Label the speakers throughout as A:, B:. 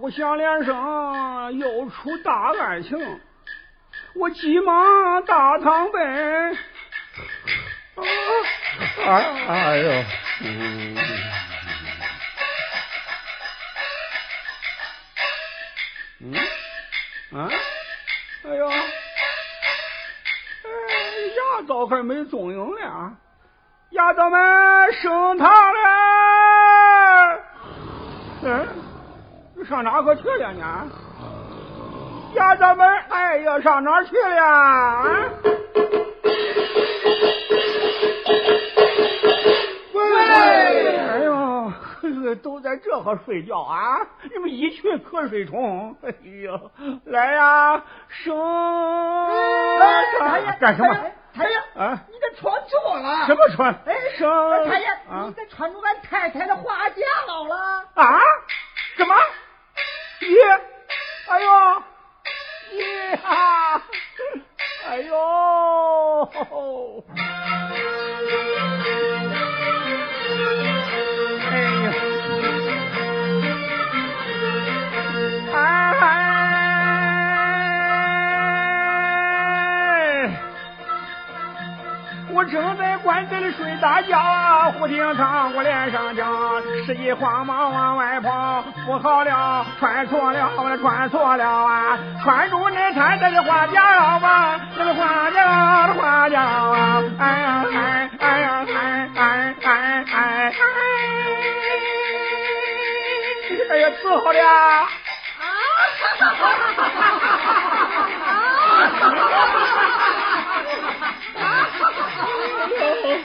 A: 鼓响连声，又出大案情。我急忙大堂啊奔，
B: 哎哎呦，嗯嗯
A: 啊，哎呦，哎，牙枣还没踪影呢，丫头啊们升堂了，嗯，上哪可去了呢？丫头们，哎呀，上哪儿去了？啊？喂，哎呦，都在这呵睡觉啊！你们一群瞌睡虫！哎呦，来呀，生！啊
C: 啊
D: 哎，太爷
B: 啊干什么
D: 太爷太爷，
A: 哎
C: 哎
B: 啊
D: 你这穿错了。
B: 什？么船？
D: 哎，
A: 生
D: 太爷，
A: 啊
D: 你这穿出俺太太的花嫁袄了。
A: 啊？什么？咦？哎呦！咦哈！哎呦！哎呀！哎！我正在棺材里睡大觉啊，忽听堂我脸上讲，十一慌忙往外跑，不好了，穿错了，我穿错了啊，穿住那太太的花夹袄啊，那个花夹袄的花夹袄啊，哎呀哎哎呀哎哎哎哎哎，哎呀，伺候的啊。
D: 啊！啊！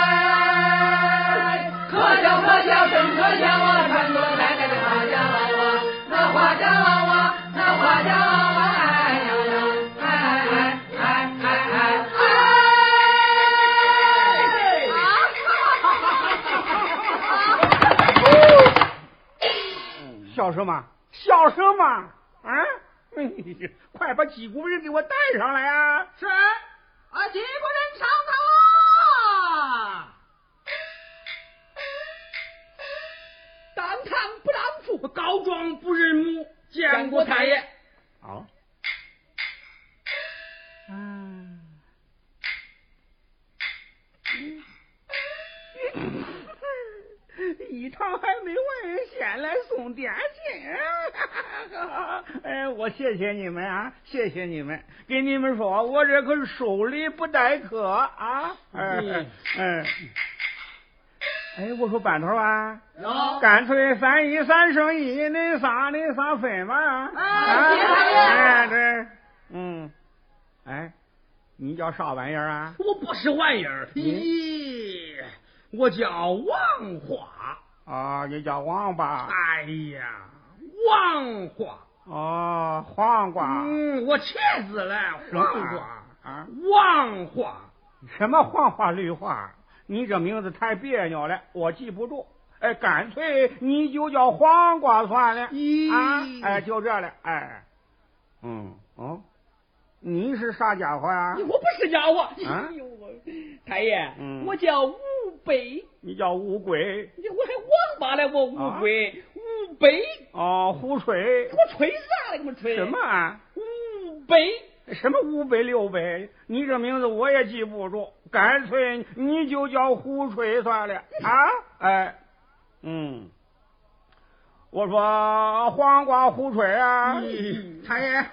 E: 哎，可笑可笑真可笑啊！穿着太太的花夹袄啊，那花夹袄啊，那花夹袄啊，哎呀呀，哎哎哎哎哎哎哎！
A: 笑什么？笑什么？啊！哎呀快把几股人给我带上来啊！
D: 是啊，几个人上堂啊！当堂不让父，
E: 告状不认母，见过太爷。
B: 啊，
A: 嗯一趟还没完，先来送点心。 哎，我谢谢你们啊，谢谢你们，跟你们说，我这可是收礼不待客啊！哎
E: 嗯
A: 哎，哎，我说班头啊，
E: 有
A: 干脆三一三生一，恁仨恁仨分吧。
D: 哎
A: 啊
D: 谢谢
A: 哎，对，嗯，哎，你叫啥玩意儿啊？
E: 我不是玩意儿，咦，我叫王化。
A: 啊，你叫王八。
E: 哎呀，王化，
A: 哦，黄瓜。
E: 嗯，我茄子嘞，
C: 嗯
E: 黄瓜，
A: 啊？
E: 王化，
A: 什么黄花绿花？你这名字太别扭了，我记不住。哎，干脆你就叫黄瓜算了。
E: 咦
A: 啊，哎，就这了。哎，嗯，哦，你是啥家伙呀、
E: 哎我不是家伙，
A: 啊
E: 哎呦我，太爷，
A: 嗯
E: 我叫吴北，
A: 你叫乌龟
E: 我还王八嘞，我乌龟，吴北，
A: 哦，胡吹
E: 给我吹啥嘞？给我吹
A: 什么？啊？
E: 吴北，
A: 什么五百六百？你这名字我也记不住，干脆你就叫胡吹算了啊！哎，嗯，我说黄瓜胡吹啊，
E: 嗯
A: 太爷，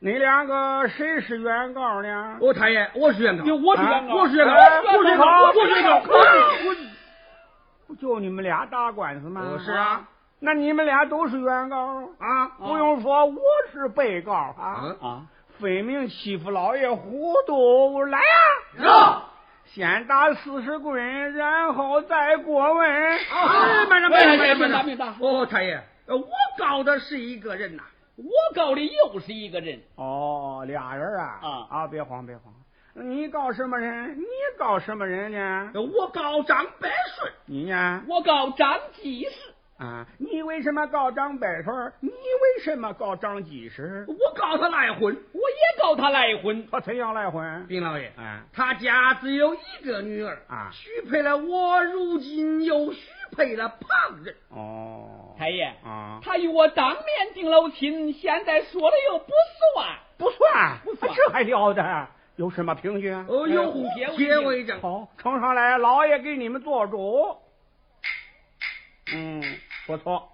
A: 你两个谁是原告呢？
E: 我太爷，我是原告，我是原告，
A: 啊
E: 我是原告，
A: 哎
E: 我是原告，我是原告，我是
A: 不就你们俩打官司
C: 哦
A: 吗？
E: 我是啊。
A: 那你们俩都是原告啊，不用说，我是被告啊，
B: 啊，
A: 分明欺负老爷糊涂，来呀、先打四十棍，然后再过问。啊
E: 哎，慢着，慢着，慢着，慢着，
C: 啊别打别打
E: 哦，太爷，呃我告的是一个人呐。
C: 我告的又是一个人，
A: 哦，俩人啊
C: 啊
A: 啊！别慌，别慌。你告什么人？你
C: 呃
A: 告什么人呢？
E: 我告张百顺，
A: 你呢？
C: 我告张继士，
A: 啊，你为什么告张百川？你为什么告张几十？
C: 我告他赖婚，我也告他赖婚。
A: 他怎样赖婚？
C: 丁老爷，
A: 啊
C: 他家只有一个女儿
A: 啊
C: 许配了我，如今又许配了旁人。
A: 哦，
C: 太爷，
A: 啊，
C: 他与我当面定了亲，现在说了又不算。
A: 不算，
C: 不算
A: 这还了得？有什么凭据啊？
C: 哦呦，结
D: 结
C: 为证。
A: 好，呈上来，老爷给你们做主。嗯，不错。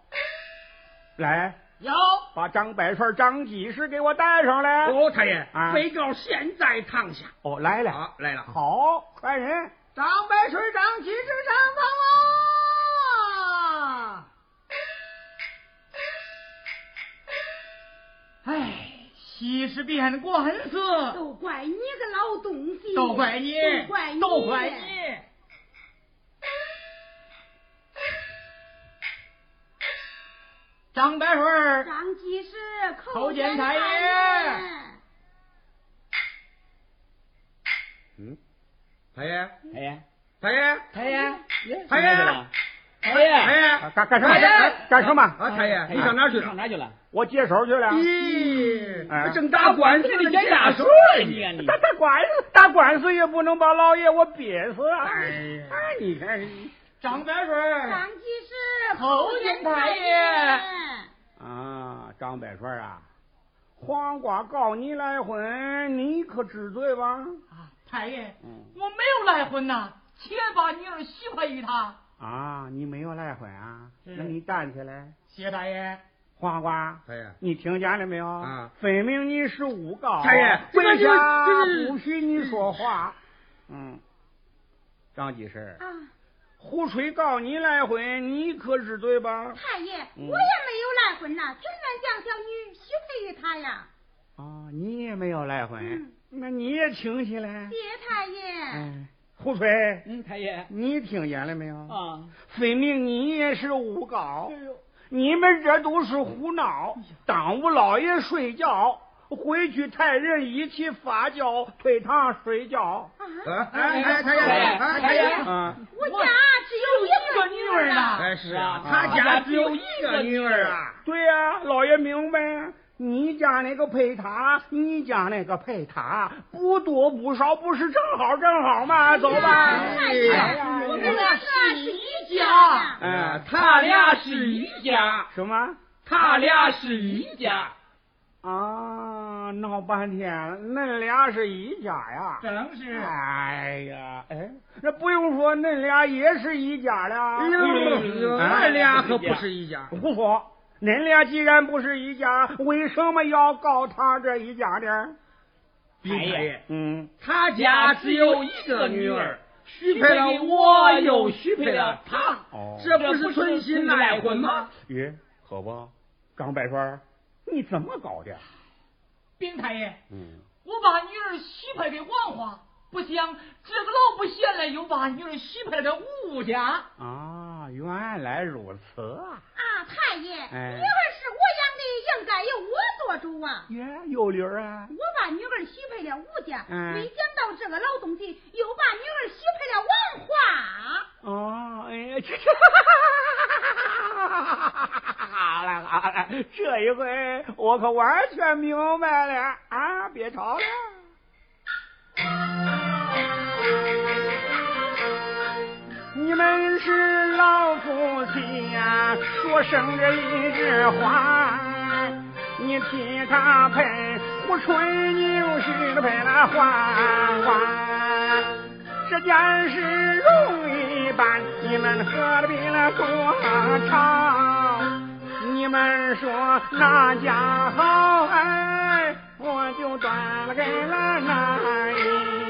A: 来，
D: 有
A: 把张百顺、张几十给我带上来。
C: 哦，太爷
A: 啊，
C: 被告现在堂下。
A: 哦，来了，
C: 好，来了。
A: 好，快人，
D: 张白水长旗帜上头啊！哎，喜事变官司，
F: 都怪你个老东西，
D: 都怪你
F: 嗯都怪，你，
D: 都怪你！张白水儿
F: 张技师
D: 叩
F: 叩
D: 见
F: 见
D: 太
F: 太
D: 爷
F: 爷，
B: 嗯，
C: 太爷，太爷，
B: 太爷，
C: 太爷，
B: 太爷
C: 太爷，哎
B: 太爷，
A: 哎干干干什么？干干什么？
B: 啊，太爷，你上哪儿去了
C: 上？哪去了？啊
A: 我接手去了。
B: 咦
A: 哎
B: 正打官司
C: 这
B: 呢，
C: 你
B: 你
C: 真打
B: 打
C: 水
B: 水
C: 你啊 你
A: 打！打官司，打官司也不能把老爷我憋死啊！
B: 哎呀
A: 哎，你看，
D: 张白水儿
F: 张技师
D: 叩见太爷。
A: 啊，张百顺啊，黄瓜告你来婚，你可知罪吧？
D: 啊，太爷，
A: 嗯
D: 我没有赖婚呐，且把女儿许配于他。
A: 啊，你没有来婚啊？
D: 是
A: 那你站起来，
D: 谢大爷，
A: 黄瓜，
B: 太爷，
A: 你听见了没有？
B: 哎啊
A: 分明你是诬告，
B: 太爷
A: 为
B: 这
A: 啥
B: 个就是
A: 不许你说话？嗯，张几婶，
F: 啊，
A: 胡吹告你来婚，你可知罪吧？
F: 太爷，
A: 嗯
F: 我也没有赖婚呐，全然将小女许配于他呀，
A: 啊，你也没有来婚，
F: 嗯
A: 那你也请起来。
F: 谢太
B: 嗯
F: 爷，
A: 哎，胡吹，
C: 嗯，太爷
A: 你听见了没有？
B: 哦
C: 啊，
A: 分明你也是哎诬告
C: 哎呦，
A: 你们这都是胡闹，耽误老爷睡觉，回去太人一起发酵，退堂睡觉。
B: 啊，哎哎，太爷，哎太爷，
A: 啊，
F: 我家只有一个女儿呐，
B: 哎是
C: 啊
B: 啊，
C: 他
B: 他
C: 家
B: 家
C: 只
B: 只
C: 有
B: 有
C: 一
B: 一
C: 个
B: 个
C: 女
B: 女
C: 儿
B: 儿
C: 啊
B: 啊。
A: 对呀、老爷明白。啊你家那个配他，你家那个配他，不多不少，不是正好正好吗？走吧。
F: 太爷，
A: 哎呀
F: 我
A: 哎
F: 们
A: 呀
F: 俩是一家，
B: 哎
A: 哎，
C: 他俩是一家，
A: 什么
C: 他俩是一家。
A: 啊？闹半天，恁俩是一家呀？
D: 正是
A: 哎呀，哎，那不用说，恁俩也是一家了。
B: 哎呦，俺俩可不是一家。
A: 胡说！恁俩既然不是一家，为什么要告他这一家呢？
C: 太爷，
A: 嗯，
C: 他家只有一个女儿，许
B: 许配
C: 配
B: 了
C: 了我，
B: 我，
C: 又
B: 又
C: 许
B: 许
C: 配
B: 配
C: 了
B: 了
C: 他
B: 他，
A: 哦
B: 这不是存心赖婚吗？
A: 咦，可不，张百川，你怎么搞的？
D: 禀太爷，
B: 嗯，
D: 我把女儿许配给王花，不想这个老不闲了，又把女儿许配了给吴家。
A: 啊，原来如此啊！
F: 啊，太爷，女儿
A: 哎
F: 是我养的，应该由我做主啊。
A: 耶，有理儿啊！
F: 我把女儿许配了吴家，
A: 嗯
F: 没想到这个老东西又把女儿许配了
A: 哦，
F: 王花。
A: 哎 呀，这好了好了，这一回我可完全明白了啊！别吵了。你们是老夫妻呀、说生着一枝花。你替他配，我吹牛是配了花花。这件事容易办，你们喝的比那多长？你们说哪家好？哎，我就断了根了那一